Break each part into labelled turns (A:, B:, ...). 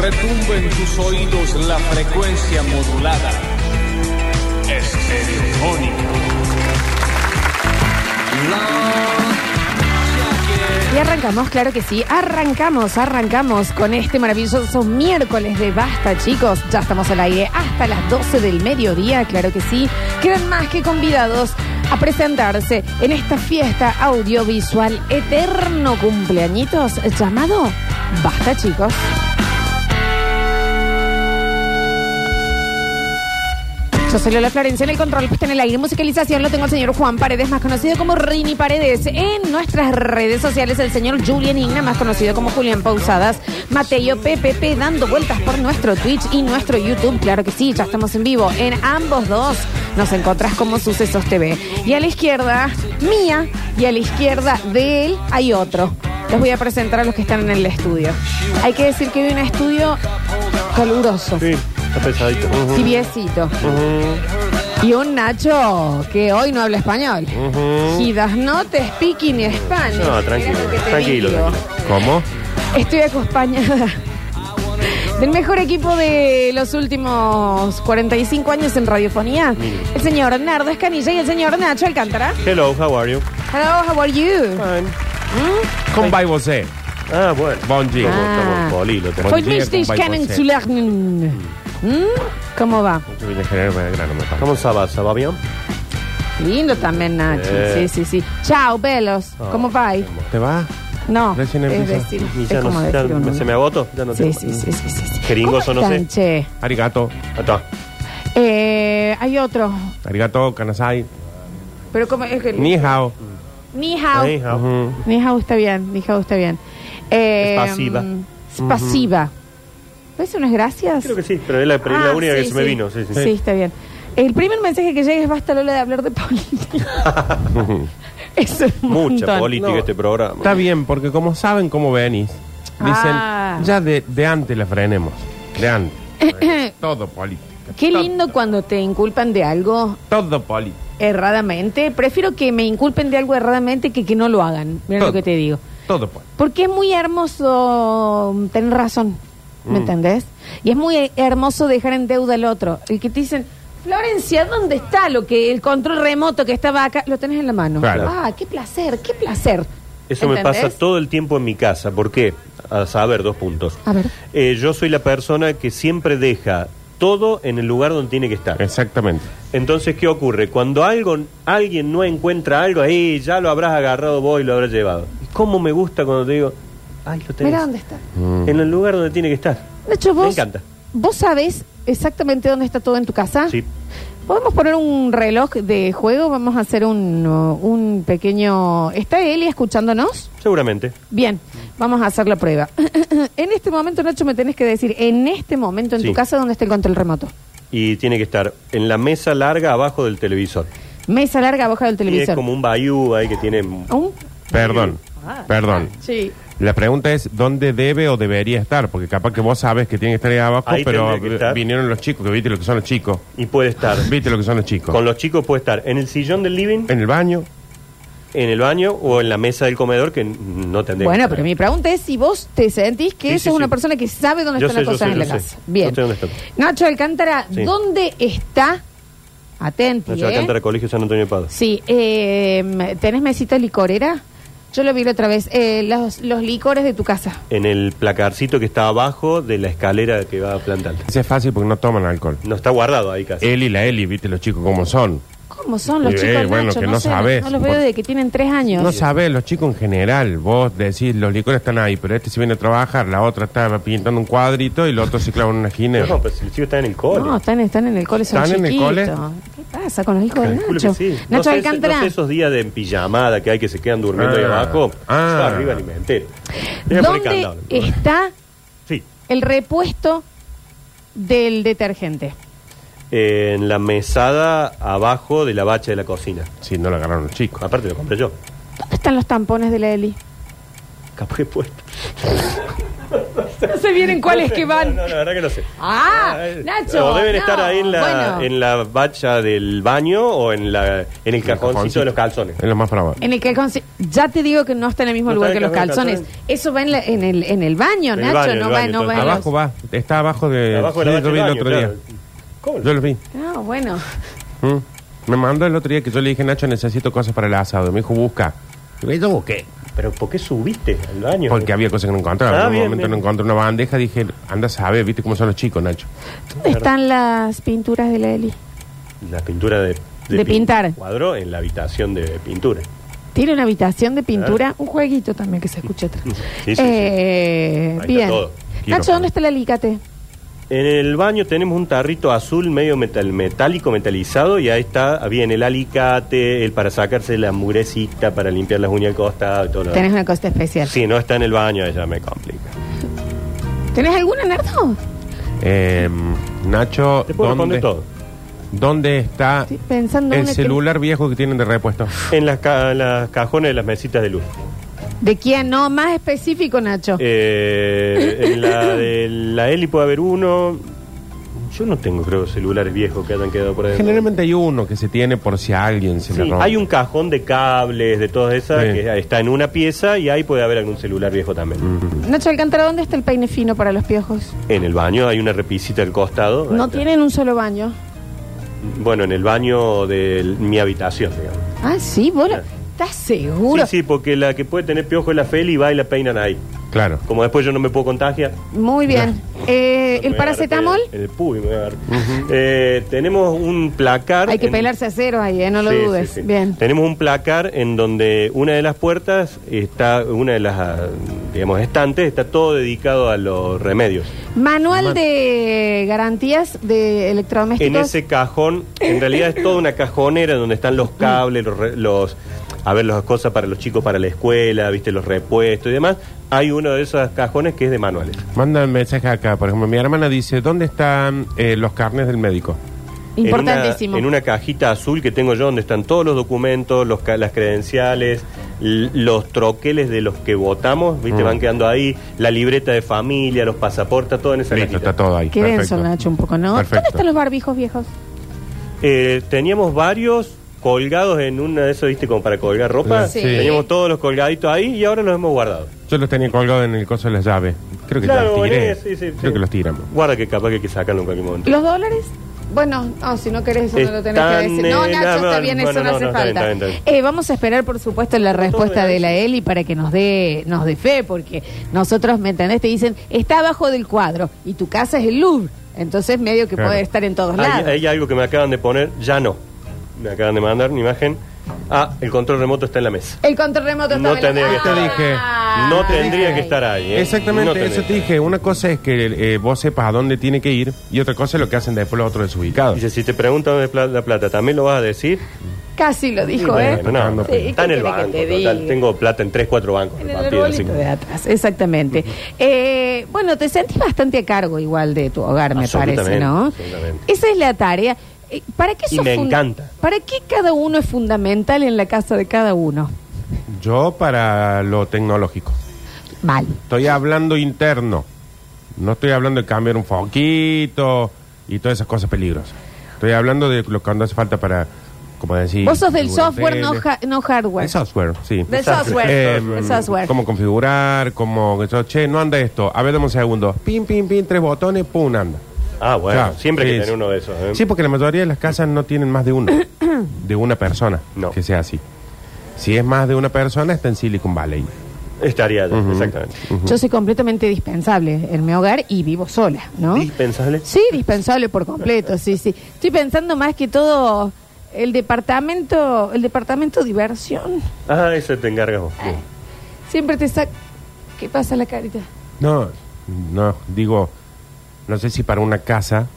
A: retumbe en tus oídos la frecuencia modulada.
B: Y arrancamos, claro que sí, arrancamos, arrancamos con este maravilloso miércoles de Basta, chicos. Ya estamos al aire hasta las 12 del mediodía, claro que sí. Quedan más que convidados a presentarse en esta fiesta audiovisual eterno cumpleañitos llamado Basta, chicos. Yo soy Lola Florencia en el control, puesta en el aire, musicalización, lo tengo el señor Juan Paredes, más conocido como Rini Paredes. En nuestras redes sociales, el señor Julian Igna, más conocido como Julián Pausadas, Mateo PPP, dando vueltas por nuestro Twitch y nuestro YouTube. Claro que sí, ya estamos en vivo. En ambos dos nos encontrás como Sucesos TV. Y a la izquierda, mía, y a la izquierda de él hay otro. Les voy a presentar a los que están en el estudio. Hay que decir que hoy un estudio caluroso,
C: Sí, está pesadito.
B: tibiecito. Y un Nacho que hoy no habla español. He does not speak in Spanish.
C: Mm. No, tranquilo,
B: Mirá lo que te
C: tranquilo,
B: digo.
C: tranquilo. ¿Cómo?
B: Estoy acompañada del mejor equipo de los últimos 45 años en radiofonía. El señor Nardo Escanilla y el señor Nacho Alcántara.
C: Hello, how are you?
B: Hello, how are you?
C: Fine.
D: Con va eh? você?
C: Ah, bueno.
D: Bom dia.
C: Como-
B: Ah.
C: como polilo, te-
B: Hoy
D: día,
B: me estoy
D: compañero.
B: scanning zu lernen. ¿Mm? ¿Cómo va?
D: Yo vine a generar Belgrano, me parece.
C: ¿Cómo se va? ¿Se va bien?
B: Lindo también, Nacho. Sí,
C: Eh. Ah,
B: sí, sí. Chao, pelos. ¿Cómo va?
D: ¿Te va?
B: No,
D: Recién
B: es
D: empieza.
B: decir,
C: Y
B: es
C: ya, no,
B: como
C: ya
B: decir uno,
C: me-
B: ¿no?
C: se me agotó. Ya no
B: Sí,
C: tengo-
B: sí, sí, sí, sí, sí.
C: Jeringoso,
B: ¿Cómo
C: no
B: están, che?
D: Arigato.
C: Acá está.
B: Eh, hay otro.
D: Arigato, kanasai.
B: Pero como es que... Ni,
D: Ni hao.
B: hao.
C: Ahí, ah.
B: Ni hao está bien, ni hao está bien. Eh,
C: Es pasiva.
B: Es pasiva. ¿Ves unas gracias?
C: Creo que sí, pero es la, es la
B: Ah,
C: única
B: sí,
C: que se me
B: sí.
C: vino. Sí, sí.
B: Sí, está bien. El primer mensaje que llega es basta Lola de hablar de política. Eso es un
C: Mucha
B: montón.
C: política
D: No.
C: este programa.
D: Está bien, porque como saben cómo venís, dicen,
B: Ah.
D: ya de, de antes la frenemos. De antes. Todo político.
B: Qué lindo cuando te inculpan de algo
D: Todo político.
B: erradamente. Prefiero que me inculpen de algo erradamente que que no lo hagan. Mira lo
D: Todo.
B: que te digo.
D: Todo político.
B: Porque es muy hermoso tener razón, ¿me
C: Mm.
B: entendés? Y es muy hermoso dejar en deuda al otro. El que te dicen, Florencia, ¿dónde está lo que el control remoto que estaba acá? Lo tenés en la mano.
D: Claro.
B: Ah, qué placer, qué placer.
C: Eso me
B: ¿Entendés?
C: pasa todo el tiempo en mi casa. ¿Por qué? A saber, dos puntos.
B: A ver.
C: Eh, yo soy la persona que siempre deja todo en el lugar donde tiene que estar.
D: Exactamente.
C: Entonces, ¿qué ocurre? Cuando algo, alguien no encuentra algo ahí, ya lo habrás agarrado vos y lo habrás llevado. ¿Y cómo me gusta cuando te digo, ay, lo tenés?
B: Mira dónde está.
C: En el lugar donde tiene que estar.
B: Nacho, vos,
C: Me encanta.
B: ¿vos sabés exactamente dónde está todo en tu casa?
C: Sí.
B: ¿Podemos poner un reloj de juego? Vamos a hacer un, uh, un pequeño... ¿Está Eli escuchándonos?
C: Seguramente.
B: Bien, vamos a hacer la prueba. en este momento, Nacho, me tenés que decir, en este momento en
C: Sí.
B: tu casa, ¿dónde está el control remoto?
C: Y tiene que estar en la mesa larga abajo del televisor.
B: Mesa larga, abajo del
C: Y es
B: televisor.
C: como un bayú ahí que tiene...
B: ¿Un?
D: Perdón.
B: Ah.
D: Perdón.
B: Sí.
D: La pregunta es dónde debe o debería estar, porque capaz que vos sabes que tiene que estar ahí abajo,
C: Ahí
D: pero
C: tendría que estar.
D: vinieron los chicos, que viste lo que son los chicos.
C: Y puede estar...
D: Viste lo que son los chicos.
C: Con los chicos puede estar en el sillón del living,
D: En el baño.
C: en el baño o en la mesa del comedor que no tendría
B: Bueno,
C: que
B: pero
C: estar.
B: mi pregunta es si vos te sentís que
C: Sí,
B: sos
C: sí,
B: una
C: sí.
B: persona que sabe dónde
C: Yo
B: están
C: sé,
B: las
C: yo
B: cosas
C: sé,
B: en la
C: yo sé.
B: casa. Bien.
C: Yo sé dónde está.
B: Nacho Alcántara,
C: Sí.
B: ¿dónde está? Atenti,
C: Nacho
B: ¿eh?
C: Alcántara, Colegio San Antonio de Padua.
B: Sí, eh, ¿tenés mesita licorera? Yo lo vi la otra vez. Eh, los, los licores de tu casa.
C: En el placarcito que está abajo de la escalera que va a planta alta.
D: Ese es fácil porque no toman alcohol.
C: No está guardado ahí
B: Eh,
C: casi.
D: Él y la Eli, viste los chicos cómo son.
B: ¿Cómo son los
D: Eh,
B: chicos,
D: bueno,
B: Nacho?
D: que
B: no,
D: no
B: sé,
D: sabés.
B: no los veo desde que tienen tres años.
D: No sabés, los chicos en general, vos decís, los licores están ahí, pero este se viene a trabajar, la otra está pintando un cuadrito y el otro se clava en una
C: No,
D: ginebra.
C: pero si el chico está en el cole.
B: No, están, están en el cole, son
D: ¿Están en el
B: chiquitos.
D: cole?
B: ¿Qué pasa con los hijos de
C: Calculo
B: Nacho?
C: que sí.
B: Nacho
C: no sé,
B: Alcántara.
C: no sé esos días de pijamada que hay que se quedan durmiendo ahí
D: Ah.
C: abajo.
D: Ah.
C: Yo arriba ni me entero. Deja
B: ¿Dónde
C: poner candado.
B: está
C: Sí.
B: el repuesto del detergente?
C: En la mesada abajo de la bacha de la cocina.
D: Si no lo agarraron los chicos.
C: Aparte lo compré yo.
B: ¿Dónde están los tampones de la Eli?
C: Capaz que puesto.
B: No sé bien en cuáles que van.
C: No, no, la verdad que no sé.
B: Ah,
C: eh,
B: Nacho.
C: O deben estar
B: no,
C: ahí en la,
B: bueno.
C: en la bacha del baño o en, la, en el cajoncito
D: cajoncito.
C: de los calzones.
D: Es lo más probable.
B: En el que consi- ya te digo que no está en el mismo
C: No
B: lugar que
C: está
B: los
C: en el cajón,
B: calzones.
C: calzones.
B: Eso va en, la- en el, en el baño,
C: En el
B: Nacho,
C: baño, en
B: no
C: el
B: va,
C: baño,
B: no va. en
C: entonces.
B: los-
D: Abajo va. Está abajo de.
C: Abajo de
D: Eh, Sí,
C: la bacha
D: yo
C: del
D: vi el
C: baño,
D: otro
C: claro.
D: día.
C: ¿Cómo?
D: Yo lo vi.
B: Ah, bueno.
D: Mm. Me mandó el otro día que yo le dije, Nacho, necesito cosas para el asado. Me dijo, busca. Y yo busqué.
C: ¿Pero por qué subiste al baño?
D: Porque había cosas que no encontraba.
C: Ah,
D: en un
C: bien,
D: momento
C: bien.
D: no encontré una bandeja. Dije, anda, sabe, viste cómo son los chicos, Nacho.
B: ¿Dónde están las pinturas de la Eli?
C: La pintura de,
B: De
C: pin-
B: pintar.
C: Cuadro en la habitación de pintura.
B: Tiene una habitación de pintura, un jueguito también que se escucha atrás.
C: Sí, sí, sí.
B: Eh,
C: está
B: bien.
C: todo.
D: Quiero
B: Nacho, ¿dónde
D: saber.
B: está el alicate?
C: En el baño tenemos un tarrito azul medio metal, metálico, metalizado, y ahí está, bien, el alicate, el para sacarse la murecita, para limpiar las uñas al costado y todo lo
B: Tenés una cosa especial.
C: Sí, no está en el baño, ya me complica.
B: ¿Tenés alguna, Nardo?
D: Eh, Nacho,
C: Te puedo
D: ¿dónde,
C: responder todo.
D: ¿dónde está
B: Estoy pensando
D: el
B: una que-
D: celular viejo que tienen de repuesto?
C: En las, ca- las cajones de las mesitas de luz.
B: ¿De quién? No, más específico, Nacho.
C: Eh, en la de la Eli puede haber uno. Yo no tengo, creo, celulares viejos que hayan quedado por ahí.
D: Generalmente hay uno que se tiene por si a alguien se
C: Sí,
D: le rompe.
C: hay un cajón de cables, de todas esas,
D: Sí.
C: que está en una pieza y ahí puede haber algún celular viejo también.
B: Nacho Alcántara, ¿dónde está el peine fino para los piojos?
C: En el baño hay una repisita al costado. Ahí
B: No
C: está.
B: tienen un solo baño.
C: Bueno, en el baño de l- mi habitación, digamos.
B: Ah, sí, vos lo-
C: Sí.
B: ¿Estás seguro?
C: Sí, sí, porque la que puede tener piojo es la Feli y va y la peinan ahí.
D: Claro.
C: Como después yo no me puedo contagiar.
B: Muy bien. Eh, ¿El
C: Me voy a agarrar
B: paracetamol?
C: pe- El pubi me voy a agarrar. Eh, tenemos un placar.
B: Hay que
C: en-
B: pelarse a cero ahí, eh, no lo
C: Sí,
B: dudes.
C: sí, sí.
B: Bien.
C: Tenemos un placar en donde una de las puertas está, una de las, ah, digamos, estantes, está todo dedicado a los remedios.
B: Manual de garantías de electrodomésticos.
C: En ese cajón, en realidad es toda una cajonera donde están
B: Mm.
C: los cables, los, re- los- a ver, las cosas para los chicos para la escuela, viste, los repuestos y demás. Hay uno de esos cajones que es de manuales.
D: Manda un mensaje acá. Por ejemplo, mi hermana dice, ¿dónde están eh, los carnes del médico?
C: En una-
B: Importantísimo.
C: En una, cajita azul que tengo yo donde están todos los documentos, los ca- las credenciales, l- los troqueles de los que votamos, viste,
D: Mm.
C: van quedando ahí, la libreta de familia, los pasaportes, todo en esa
D: Listo,
C: cajita.
D: está todo ahí.
B: Qué denso,
D: Perfecto.
B: Nacho, un poco, ¿no? ¿Dónde
D: Perfecto.
B: están los barbijos viejos?
C: Eh, teníamos varios colgados en una de esos, viste, como para colgar ropa.
B: Sí.
C: Teníamos todos los colgaditos ahí y ahora los hemos guardado.
D: Yo los tenía colgados en el coso de las llaves. Creo que
C: Claro,
D: los tiré.
C: bueno, sí, sí, sí.
D: Creo que los tiramos.
C: Guarda que capaz que hay que sacarlo en cualquier momento.
B: ¿Los dólares? Bueno, no, si no querés eso no lo tenés
C: Están,
B: que decir. No,
C: eh,
B: Nacho,
C: nada,
B: está
C: no,
B: bien,
C: no,
B: eso no,
C: no, no,
B: hace
C: está
B: falta.
C: bien, está bien, está
B: Eh, vamos a esperar, por supuesto, la respuesta
C: todo
B: de
C: bien.
B: la Eli para que nos dé, nos dé fe, porque nosotros, ¿me entendés? Te dicen, está abajo del cuadro y tu casa es el Louvre. Entonces, medio que
D: Claro.
B: puede estar en todos
C: Hay,
B: lados.
C: hay algo que me acaban de poner, ya no. Me acaban de mandar una imagen. Ah, el control remoto está en la mesa.
B: El control remoto
C: No
B: está en la-
C: tendría que
D: estar ahí. Te dije,
B: Ah,
C: no
B: te
C: tendría
B: dije.
C: que estar ahí. ¿eh? No
D: Exactamente,
C: tendría
D: eso
C: que
D: te dije. Una cosa es que eh, vos sepas a dónde tiene que ir y otra cosa es lo que hacen después los otros desubicados.
C: Dice, si te preguntan dónde es pla- la plata, ¿también lo vas a decir?
B: Casi lo dijo, ¿eh?
C: Bueno, no,
D: Sí,
B: ¿qué
C: está en el
B: quiere que
C: banco.
B: te
C: total.
B: diga?
C: Tengo plata en 3, 4 bancos.
B: En el
C: repartidos, así
B: arbolito
C: que-
B: de atrás, exactamente. Eh, bueno, te sentís bastante a cargo igual de tu hogar, me parece,
C: Absolutamente,
B: ¿no?
C: absolutamente.
B: Esa es la tarea. Eh, ¿Para qué
C: Y
B: sos
C: me
B: fun-
C: encanta.
B: ¿Para qué cada uno es fundamental en la casa de cada uno?
D: Yo para lo tecnológico.
B: Mal.
D: Estoy hablando interno. No estoy hablando de cambiar un foquito y todas esas cosas peligrosas. Estoy hablando de lo que cuando hace falta para, como decir...
B: Vos sos del
D: configurar
B: software, no,
D: tele.
B: ja- no hardware.
D: Del software, sí.
B: Del software.
D: Eh,
B: Del software.
D: Cómo configurar, cómo... eso, Che, no anda esto. A ver, dame un segundo. Pim, pim, pim, tres botones, pum, anda.
C: Ah, bueno,
D: Claro,
C: siempre hay
D: sí,
C: que tener
D: sí.
C: uno de esos. ¿eh?
D: Sí, porque la mayoría de las casas no tienen más de uno, de una persona,
C: No.
D: que sea así. Si es más de una persona, está en Silicon Valley.
C: Estaría, exactamente.
B: Yo soy completamente dispensable en mi hogar y vivo sola, ¿no?
C: Dispensable.
B: Sí, dispensable por completo, sí, sí. Estoy pensando más que todo el departamento, el departamento diversión.
C: Ah, ese te encargas vos.
B: Ah. Siempre te saca. ¿Qué pasa la carita?
D: No, no, digo, no sé si para una casa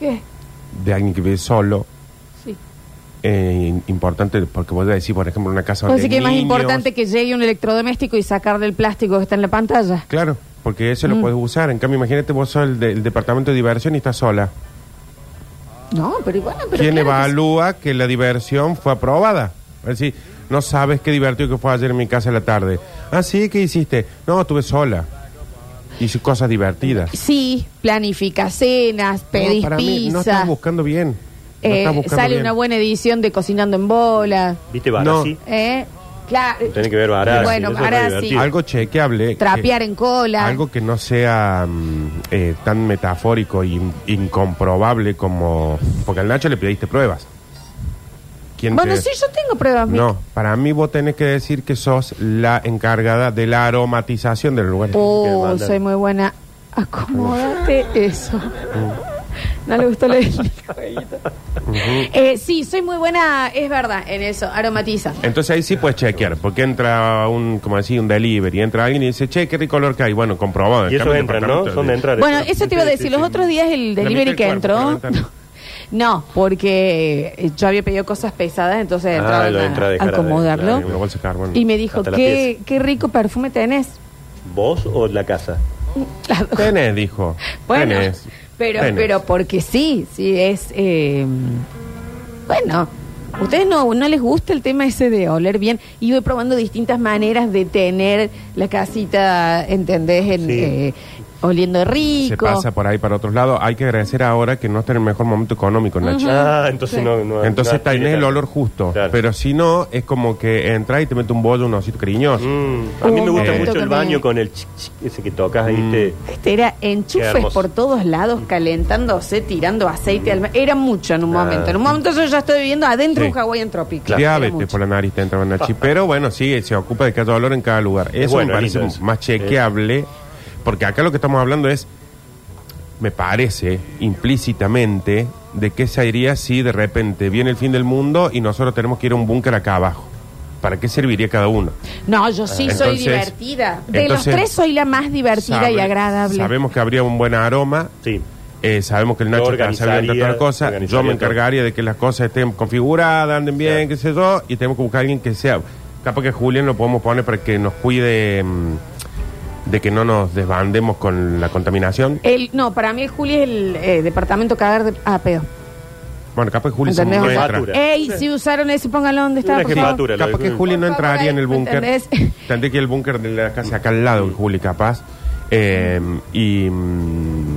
B: ¿Qué?
D: de alguien que vive solo,
B: Sí.
D: eh, importante, porque vos decís, por ejemplo, una casa donde
B: Así que es más
D: niños-
B: importante que llegue un electrodoméstico y sacarle el plástico que está en la pantalla.
D: Claro, porque eso
B: Mm.
D: lo puedes usar. En cambio, imagínate vos sos el, de- el departamento de diversión y estás sola.
B: No, pero bueno, pero. claro
D: ¿Quién
B: que sí.
D: evalúa que la diversión fue aprobada? Es decir, no sabes qué divertido que fue ayer en mi casa a la tarde. Ah, sí, ¿qué hiciste? No, estuve sola. Hice cosas divertidas.
B: Sí, planifica cenas, pedís
D: No, para mí, no
B: pizza,
D: estás buscando bien. No
B: eh,
D: estás buscando
B: sale
D: bien.
B: una buena edición de Cocinando en Bola.
C: ¿Viste Barassi?
B: ¿eh? Claro,
C: Tiene que ver Barassi.
B: Bueno,
C: eso es re
B: Barassi.
C: divertido.
D: Algo chequeable.
B: trapear
D: que-
B: en cola.
D: Algo que no sea mm, eh, tan metafórico e in- incomprobable como. Porque al Nacho le pediste pruebas. ¿Quién
B: bueno,
D: te-
B: sí, yo tengo pruebas. Mick.
D: No, para mí vos tenés que decir que sos la encargada de la aromatización del lugar.
C: Que
B: Oh,
C: mandan.
B: soy muy buena. Acomódate eso. No le gustó la eh, Sí, soy muy buena, es verdad, en eso, aromatiza.
D: Entonces ahí sí puedes chequear, porque entra un, como decía, un delivery, entra alguien y dice, che, qué rico olor que hay. Bueno, comprobado.
C: Y eso entra, ¿no? Son de entrar.
B: Bueno,
C: eso.
B: eso te iba a decir, los otros días el
D: La
B: delivery
D: mitad del
B: que
D: cuerpo,
B: entró...
D: la mitad.
B: No, porque eh, yo había pedido cosas pesadas, entonces
C: Ah,
B: entraron
C: lo
B: a-
C: entra a
B: a
C: dejar adentro,
B: acomodarlo.
C: claro.
D: Una bolsa de carbón.
B: Y me dijo,
C: Hasta la
B: ¿Qué, qué rico perfume tenés.
C: ¿Vos o la casa?
B: Las dos.
D: Tenés, dijo.
B: Bueno,
D: Tenés.
B: pero
D: Tenés.
B: pero porque sí, sí es eh, bueno. Ustedes no, no les gusta el tema ese de oler bien y voy probando distintas maneras de tener la casita, ¿entendés? En,
C: Sí.
B: eh, oliendo
D: Se
B: rico.
D: pasa por ahí para otros lados. Hay que agradecer ahora que no está en el mejor momento económico, Nacho.
C: Ah, entonces
B: Sí.
C: no, no.
D: Entonces
C: no
D: está tenés
C: tiene
D: el
C: tanto.
D: olor justo.
C: Claro.
D: Pero si no, es como que entra y te mete un bollo, un osito cariñoso.
C: Mm, a
B: Hubo
C: mí me
B: un
C: gusta
D: momento
C: mucho
B: que
C: el
B: me-
C: baño con el chic, chic, ese que tocas ahí. Te...
D: Mm.
B: Este era
C: Qué
B: enchufes
C: hermoso.
B: por todos lados, calentándose, tirando aceite. al ma- Era mucho en un
C: Ah.
B: momento. En un momento yo ya estoy viviendo adentro
D: Sí.
B: un Hawaiian Tropic. Era
D: Diabetes
B: mucho.
D: por la nariz te entra Nachi. Pero bueno, sí, se ocupa de cada dolor en cada lugar. Eso
C: Ah, bueno,
D: me parece
C: lindo eso.
D: más chequeable. Porque acá lo que estamos hablando es, me parece, implícitamente, de qué sería si de repente viene el fin del mundo y nosotros tenemos que ir a un búnker acá abajo. ¿Para qué serviría cada uno?
B: No, yo sí soy
D: Ah. Entonces-
B: divertida. De
D: entonces-
B: los tres soy la más divertida y
D: Sabe-
B: agradable.
D: Sabemos que habría un buen aroma.
C: Sí.
D: Eh, sabemos que el Nacho está
C: organizaría,
D: sabiendo todas las cosas.
C: organizaría
D: Yo me
C: todo.
D: encargaría de que las cosas estén configuradas, anden bien,
C: Claro.
D: qué sé yo. Y tenemos que buscar a alguien que sea. Capaz que Julián lo podemos poner para que nos cuide mm, de que no nos desbandemos con la contaminación.
B: El, no, para mí el Juli es el eh, departamento cagar de a pedo.
D: Bueno, capaz que Julián
B: ¿Entendés?
D: no
B: O sea,
D: entra.
C: Jefatura.
B: Ey, si usaron ese, póngalo donde está.
C: Una
B: por favor.
C: jefatura. la
D: Capaz
C: de-
D: que Juli no
B: Por favor,
D: entraría en el
B: ¿me
D: búnker.
B: entendés?
D: Tendría que ir al búnker de la casa acá al lado, el Juli, capaz. Eh, y. mm,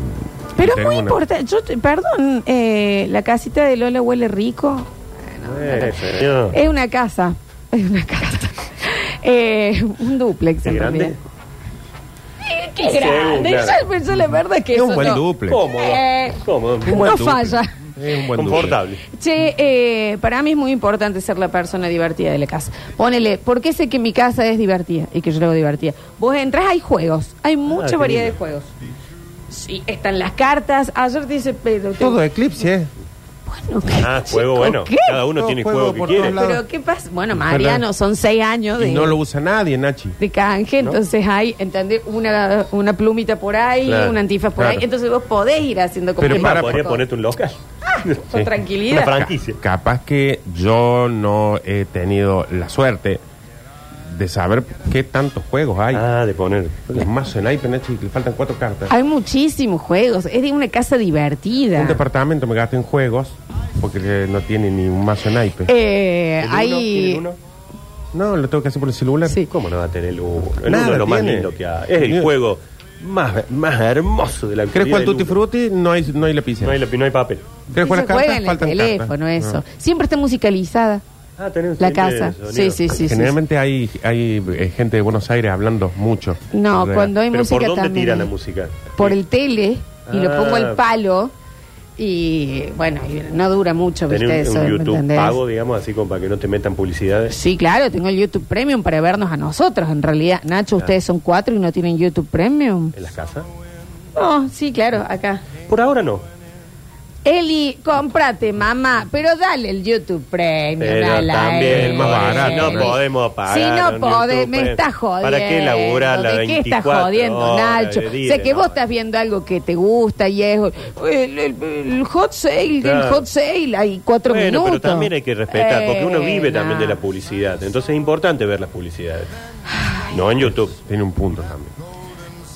B: Pero
D: y
B: es muy
D: tenemos una-
B: importante. Yo, te- perdón, eh, la casita de Lola huele rico.
C: Eh, señor.
B: Es una casa. Es una casa. Eh, un duplex.
C: ¿Qué
B: en
C: grande?
B: realidad. Eh, Qué
C: Sí,
B: grande.
C: claro.
B: Ya pensé la verdad que
D: Es
B: eso
D: un buen
B: no-
D: duple.
C: Cómodo.
B: Eh,
C: Cómodo.
D: Un buen
B: no
D: duple.
B: falla.
D: Es un buen duple.
C: Confortable.
B: Che, eh, para mí es muy importante ser la persona divertida de la casa. Ponele, ¿por qué sé que mi casa es divertida y que yo la hago divertida? Vos entras, hay juegos, hay mucha
C: Ah, qué
B: variedad de
C: lindo.
B: juegos. Sí, están las cartas. Ayer dice, pero. te-
D: Todo eclipse, ¿eh?
B: Bueno, ¿qué,
C: Ah, juego
B: chico,
C: bueno.
B: ¿qué?
C: Cada uno
D: No,
C: tiene el
D: juego
C: juego que
D: por
C: quiere.
D: todos lados.
B: Pero ¿qué pasa? Bueno, Mariano, son seis años de,
D: Y no lo usa nadie, Nachi.
B: de canje, entonces hay, ¿entendés? Una, una plumita por ahí,
C: Claro,
B: un antifaz por
D: claro.
B: ahí. Entonces vos podés ir haciendo como
D: Pero
B: un
C: Es más,
D: para-
C: podría
B: poco-
C: ponerte un local.
B: Ah, con
D: Sí.
C: Una
B: tranquilidad.
C: franquicia.
D: Capaz que yo no he tenido la suerte de saber qué tantos juegos hay.
C: Ah, de
B: Eh,
C: poner.
D: Es más en iPad, Nachi, le faltan cuatro cartas.
B: Hay muchísimos juegos, es de una casa divertida.
D: Un departamento me gasté en juegos porque eh, no tiene ni un mazo en iPad.
B: Eh,
C: ¿El uno?
B: hay.
C: ¿Tienen uno?
D: No, lo tengo que hacer por el celular.
B: Sí.
C: ¿Cómo no va a tener el uno? El
D: Nada
C: uno es lo más
D: tiene.
C: lindo que hay. Es el
D: Bien.
C: juego más, más hermoso de la
D: ¿Querés
C: actualidad
D: jugar
C: del
D: Tutti
C: uno.
D: Frutti? No hay, no hay lapicera.
C: No hay, la- no hay papel.
D: ¿Querés
B: se
D: jugar las cartas? Ah.
B: juega en el
D: Faltan
B: teléfono,
D: cartas.
B: eso. Siempre está musicalizada
C: Ah, tenés
B: la
C: siempre
B: casa.
C: sonido.
B: Sí, sí,
D: Ah.
B: sí. sí.
D: Generalmente hay, hay eh, gente de Buenos Aires hablando mucho.
B: No,
D: De-
B: cuando hay
C: Pero
B: música
C: ¿por dónde
B: también.
C: tira la música?
B: Por el tele y lo
C: Ah.
B: pongo al palo. Y bueno, y no dura mucho,
C: Tener
B: ¿viste?
C: un,
B: eso,
C: un
B: ¿me
C: YouTube
B: entendés?
C: pago, digamos, así como para que no te metan publicidades.
B: Sí, claro, tengo el YouTube Premium para vernos a nosotros, en realidad. Nacho, ustedes son cuatro y no tienen YouTube Premium.
C: ¿En las casas?
B: No, sí, claro, acá.
C: Por ahora no.
B: Eli, cómprate, mamá, pero dale el YouTube Premium
C: Pero
B: a la
C: también,
B: Eli.
D: más barato,
B: Si
D: ¿no?
B: no
C: podemos pagar
B: Si no
C: un
B: podés,
C: YouTube
B: me
C: Premium.
B: estás jodiendo.
C: ¿Para qué laburar la
B: ¿De qué estás
C: 24
B: jodiendo,
C: horas
B: Nacho?
C: de
B: Sé
C: día?
B: que
C: No.
B: vos estás viendo algo que te gusta y es el, el- el hot sale, el
C: Claro.
B: hot sale, hay cuatro
C: bueno,
B: minutos.
C: pero también hay que respetar, porque uno vive
B: Eh,
C: también de la
B: no.
C: publicidad. Entonces es importante ver las publicidades. No en YouTube.
D: Tiene un punto también.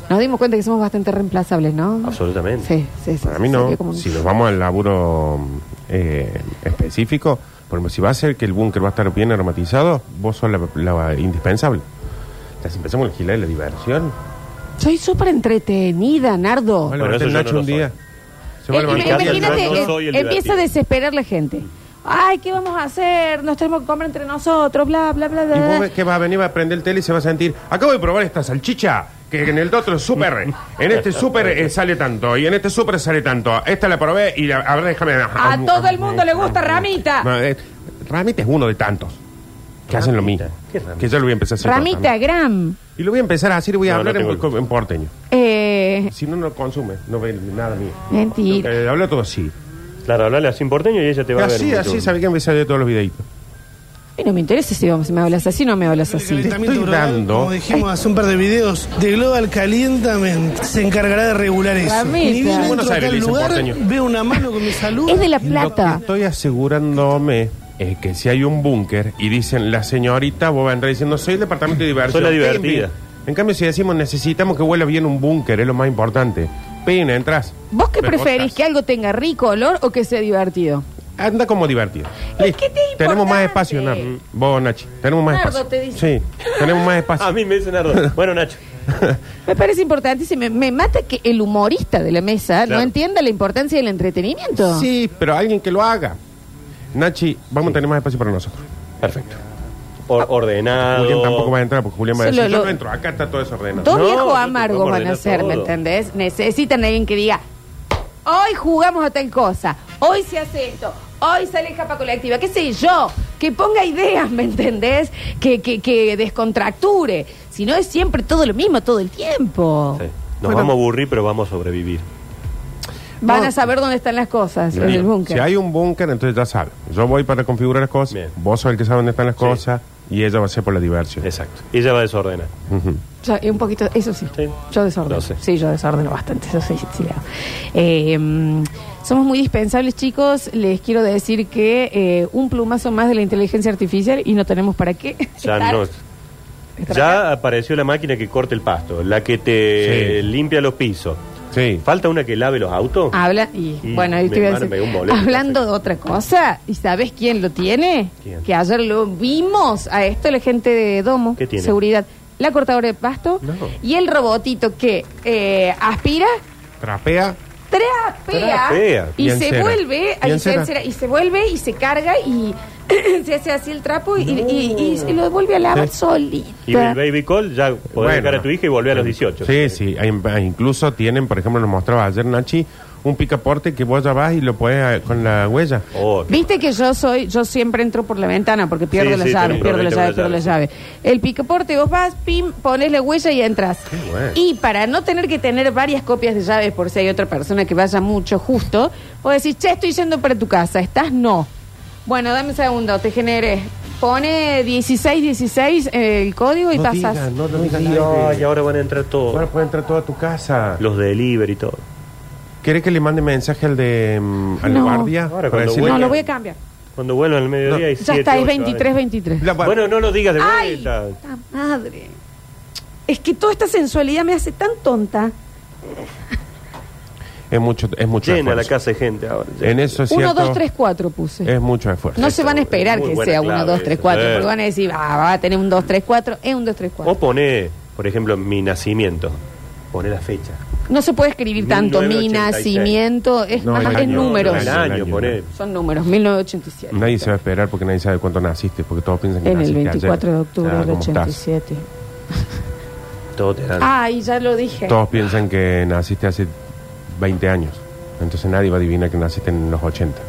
B: Nos dimos cuenta que somos bastante reemplazables, ¿no?
C: Absolutamente.
B: Sí, sí, sí.
D: Para mí
B: sí,
D: no.
B: que como-
D: Si nos vamos al laburo eh, específico, por ejemplo, si va a ser que el búnker va a estar bien aromatizado, vos sos la, la indispensable. Las empezamos a alquilar la diversión.
B: Soy súper entretenida, Nardo.
D: Bueno,
C: Bueno,
D: este
C: eso yo
D: Nacho
C: no lo
D: un
C: soy.
D: día. Se
B: Eh,
D: va a levantar.
C: Ricardo,
B: imagínate,
C: yo no
B: eh,
C: soy el
B: empieza a
C: divertido.
B: desesperar la gente. Ay, ¿qué vamos a hacer? Nos tenemos que comer entre nosotros, bla, bla, bla, bla.
D: Y vos
B: bla.
D: ves que vas a venir, va a prender el tele y se va a sentir, acabo de probar esta salchicha, que en el otro súper, en este súper eh, sale tanto, y en este súper sale tanto. Esta la probé y la, a ver, déjame...
B: A todo el mundo le gusta Ramita.
D: No, eh, Ramita es uno de tantos que hacen lo mismo.
C: ¿Qué Ramita?
D: Que yo lo voy a empezar a hacer. yo
B: Ramita,
D: también.
B: Gram.
D: Y lo voy a empezar a hacer y voy a
C: No, no
D: hablar en-
C: tengo-
D: en porteño.
B: Eh,
D: Si no, no consume, no ve nada mío.
B: mentira.
D: Eh, habla todo así.
C: Claro, hablale así en porteño y ella te va a ver.
D: Así,
C: mucho.
D: así, sabe que me salió todos los videitos.
B: Ay, no me interesa si vos me hablas así no me hablas así.
D: Te estoy
E: global,
D: dando.
E: Como dijimos hace un par de videos, de Global Calientamente se encargará de regular eso.
B: Ramita.
E: Ni bien
B: En
E: entro
D: Buenos
E: acá
D: Aires
E: al
D: le dicen
E: lugar,
D: porteño.
E: veo una mano con mi salud.
B: Es de La
D: Lo que
B: Plata.
D: estoy asegurándome es que si hay un búnker y dicen la señorita, vos vas a entrar diciendo soy el departamento de diversión.
C: Soy la divertida.
D: Pim, pim. En cambio, si decimos necesitamos que huela bien un búnker, es lo más importante. Pina, entras.
B: ¿Vos qué
D: Pero
B: preferís?
D: votás.
B: ¿Que algo tenga rico olor o que sea divertido?
D: Anda como divertido.
B: Es
D: Listo.
B: que te es
D: tenemos más
B: importante.
D: espacio, Nar. Vos, Nachi. Tenemos más
B: Nardo
D: espacio.
B: te dice.
D: Sí, tenemos más espacio.
C: A mí me dice Nardo. Bueno, Nacho.
B: Me parece importante y me, me mata que el humorista de la mesa no
C: Claro.
B: entienda la importancia del entretenimiento.
D: Sí, pero alguien que lo haga. Nachi, vamos a tener más espacio para nosotros.
C: Perfecto. Or- ordenado.
D: Ah, Julián tampoco va a entrar porque Julián va a
B: Se
D: decir,
B: lo-
D: yo
B: lo-
D: no entro, acá está todo desordenado.
B: Dos
C: No,
B: viejos
C: no te
B: amargos
C: podemos
B: van a
C: ordenar
B: ser, ¿me
C: todo.
B: entendés? Necesitan alguien que diga, hoy jugamos a tal cosa, hoy se hace esto, hoy sale capa colectiva, qué sé yo, que ponga ideas, ¿me entendés? Que, que, que descontracture. Si no es siempre todo lo mismo, todo el tiempo.
C: Sí. Nos
D: Bueno.
C: vamos a aburrir, pero vamos a sobrevivir.
B: Van
D: No.
B: a saber dónde están las cosas en el
D: Bien.
B: búnker.
D: Si hay un búnker, entonces ya sabe. Yo voy para configurar las cosas,
C: Bien.
D: vos sos el que sabe dónde están las cosas y ella va a ser por la diversión.
C: Exacto. Ella va a desordenar.
D: Ujú.
B: Yo, eh, un poquito, eso sí.
C: Sí.
B: Yo desordeno.
C: Lo sé.
B: Sí, yo desordeno bastante. Eso sí, sí le hago. Eh, mm, somos muy dispensables, chicos. Les quiero decir que eh, un plumazo más de la inteligencia artificial y no tenemos para qué.
C: Ya
B: estar-
C: no.
B: estar acá.
C: Ya apareció la máquina que corta el pasto, la que te
D: Sí.
C: limpia los pisos.
D: Sí.
C: Falta una que lave los autos.
B: Habla y,
C: Y
B: bueno, ahí
C: mi
B: te iba a
C: hermano
B: decir.
C: Mm, me dio un boleto,
B: Hablando
C: así.
B: de otra cosa, ¿y sabes quién lo tiene?
C: ¿Quién?
B: Que ayer lo vimos a esto la gente de Domo,
C: ¿Qué tiene?
B: seguridad, la cortadora de pasto
C: No.
B: y el robotito que eh, aspira
D: Trapea.
B: trapea,
C: Trapea.
B: y,
D: Y
B: se
D: encera.
B: vuelve a-
D: Y
B: y, se
D: encera.
B: encera, y se vuelve y se carga y se hace así el trapo y, y- y- y se lo vuelve a lavar
D: Sí.
B: solita.
C: Y el baby call ya podés
D: Bueno.
C: dejar a tu hija y volver a los 18.
D: Sí, sí. Hay- incluso tienen, por ejemplo, nos mostraba ayer Nachi, un picaporte que vos ya vas y lo podés eh, con la huella.
C: Oh,
B: Viste que yo soy, yo siempre entro por la ventana porque pierdo
C: Sí,
B: la
C: sí,
B: llave,
C: tenés
B: pierdo la
C: problema
B: llave, pierdo
C: con
B: la
C: la
B: llave. El picaporte, vos vas, pim, pones la huella y entras.
D: bueno.
B: Y para no tener que tener varias copias de llaves por si hay otra persona que vaya mucho justo, vos decís, che, estoy yendo para tu casa, ¿estás? No. Bueno, dame un segundo, te generé. Pone 1616 el código y
D: no
B: pasas.
D: digas, no, no digas nada.
C: Dios, y ahora van a entrar todos.
D: Ahora puede entrar toda tu casa.
C: Los delivery y todo.
D: ¿Querés que le mande mensaje al de mm, al
B: No.
D: guardia?
C: Ahora,
D: Para
C: cuando
D: decirle-
B: No,
C: vuelva-
B: lo voy a cambiar.
C: Cuando vuelvan al mediodía
D: No.
C: hay
B: Ya
C: siete,
B: está, es
C: ocho,
B: 23, 23.
D: La-
C: ¿vale? Bueno, no lo digas de
B: ¡Ay!
C: vuelta.
B: ¡Puta madre! Es que toda esta sensualidad me hace tan tonta.
D: Es mucho, es mucho
C: Llena la casa
D: esfuerzo.
C: de gente ahora.
D: En eso es
B: Uno,
D: cierto,
B: dos, tres, cuatro puse.
D: Es mucho esfuerzo.
B: no se van a esperar
C: Muy
B: que
C: buena
B: sea uno,
C: clave
B: dos, tres,
C: esa,
B: cuatro.
C: eh.
B: Porque van a decir, ah, va a tener un dos, tres, cuatro. Es un dos, tres,
C: O
B: cuatro.
C: pone, por ejemplo, mi nacimiento. Pone la fecha.
B: No se puede escribir tanto. Mi
C: 1986.
B: nacimiento es,
D: No,
B: nada
D: el
B: más, Ah, es
D: año,
B: números.
C: El año, pone.
B: Son números, 1987.
D: Nadie se va a esperar porque nadie sabe cuánto naciste, porque todos piensan que
B: En el
D: naciste ayer.
B: 24 de octubre
D: Ah,
B: del
D: ¿cómo estás?
B: 87.
C: Todo te dan.
B: Ah, y ya lo dije.
D: Todos piensan que naciste hace 20 años. Entonces nadie va a adivinar que naciste en los 80.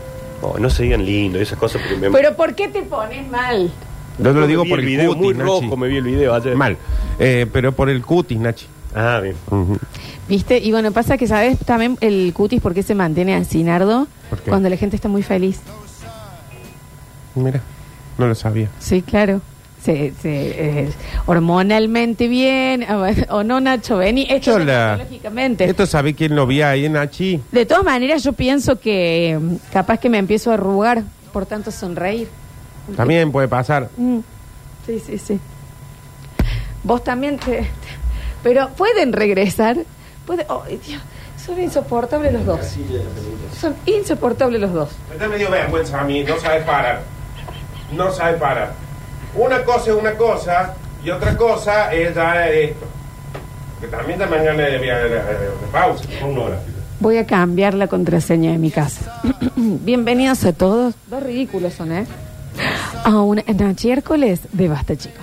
C: Oh, no se digan lindo y esas cosas porque me
B: Pero ¿por qué te pones mal?
D: Yo te lo
C: Me
D: digo
C: vi
D: por el,
C: video
D: cutis,
C: muy
D: Nachi.
C: rojo, me vi el video ayer.
D: Mal. Eh, pero por el cutis, Nachi.
C: Ah, bien.
D: Ujú.
B: ¿Viste? Y bueno, pasa que, ¿sabes? También el cutis, ¿por qué se mantiene así, Nardo?
D: ¿Por qué?
B: Cuando la gente está muy feliz.
D: Mira, no lo sabía.
B: Sí, claro. Se, se, eh, hormonalmente bien, o no, Nacho, vení. Esto es
D: Chola.
B: psicológicamente.
D: Esto sabe quién lo vio ahí, Nachi.
B: De todas maneras, yo pienso que mm, capaz que me empiezo a arrugar, por tanto sonreír.
D: También puede pasar.
B: Mm, Sí, sí, sí. Vos también te... te- Pero pueden regresar. ¿Puede... oh, Dios, son insoportables los dos. Son insoportables los dos.
D: Me da medio vergüenza a mí, no sabe parar. No sabe parar. Una cosa es una cosa y otra cosa es ya esto. Que también da mañana de, via- de- de- de pausa, con una hora.
B: Voy a cambiar la contraseña de mi casa. Bienvenidos a todos. Dos ridículos son, ¿eh? A un miércoles de basta, chicos.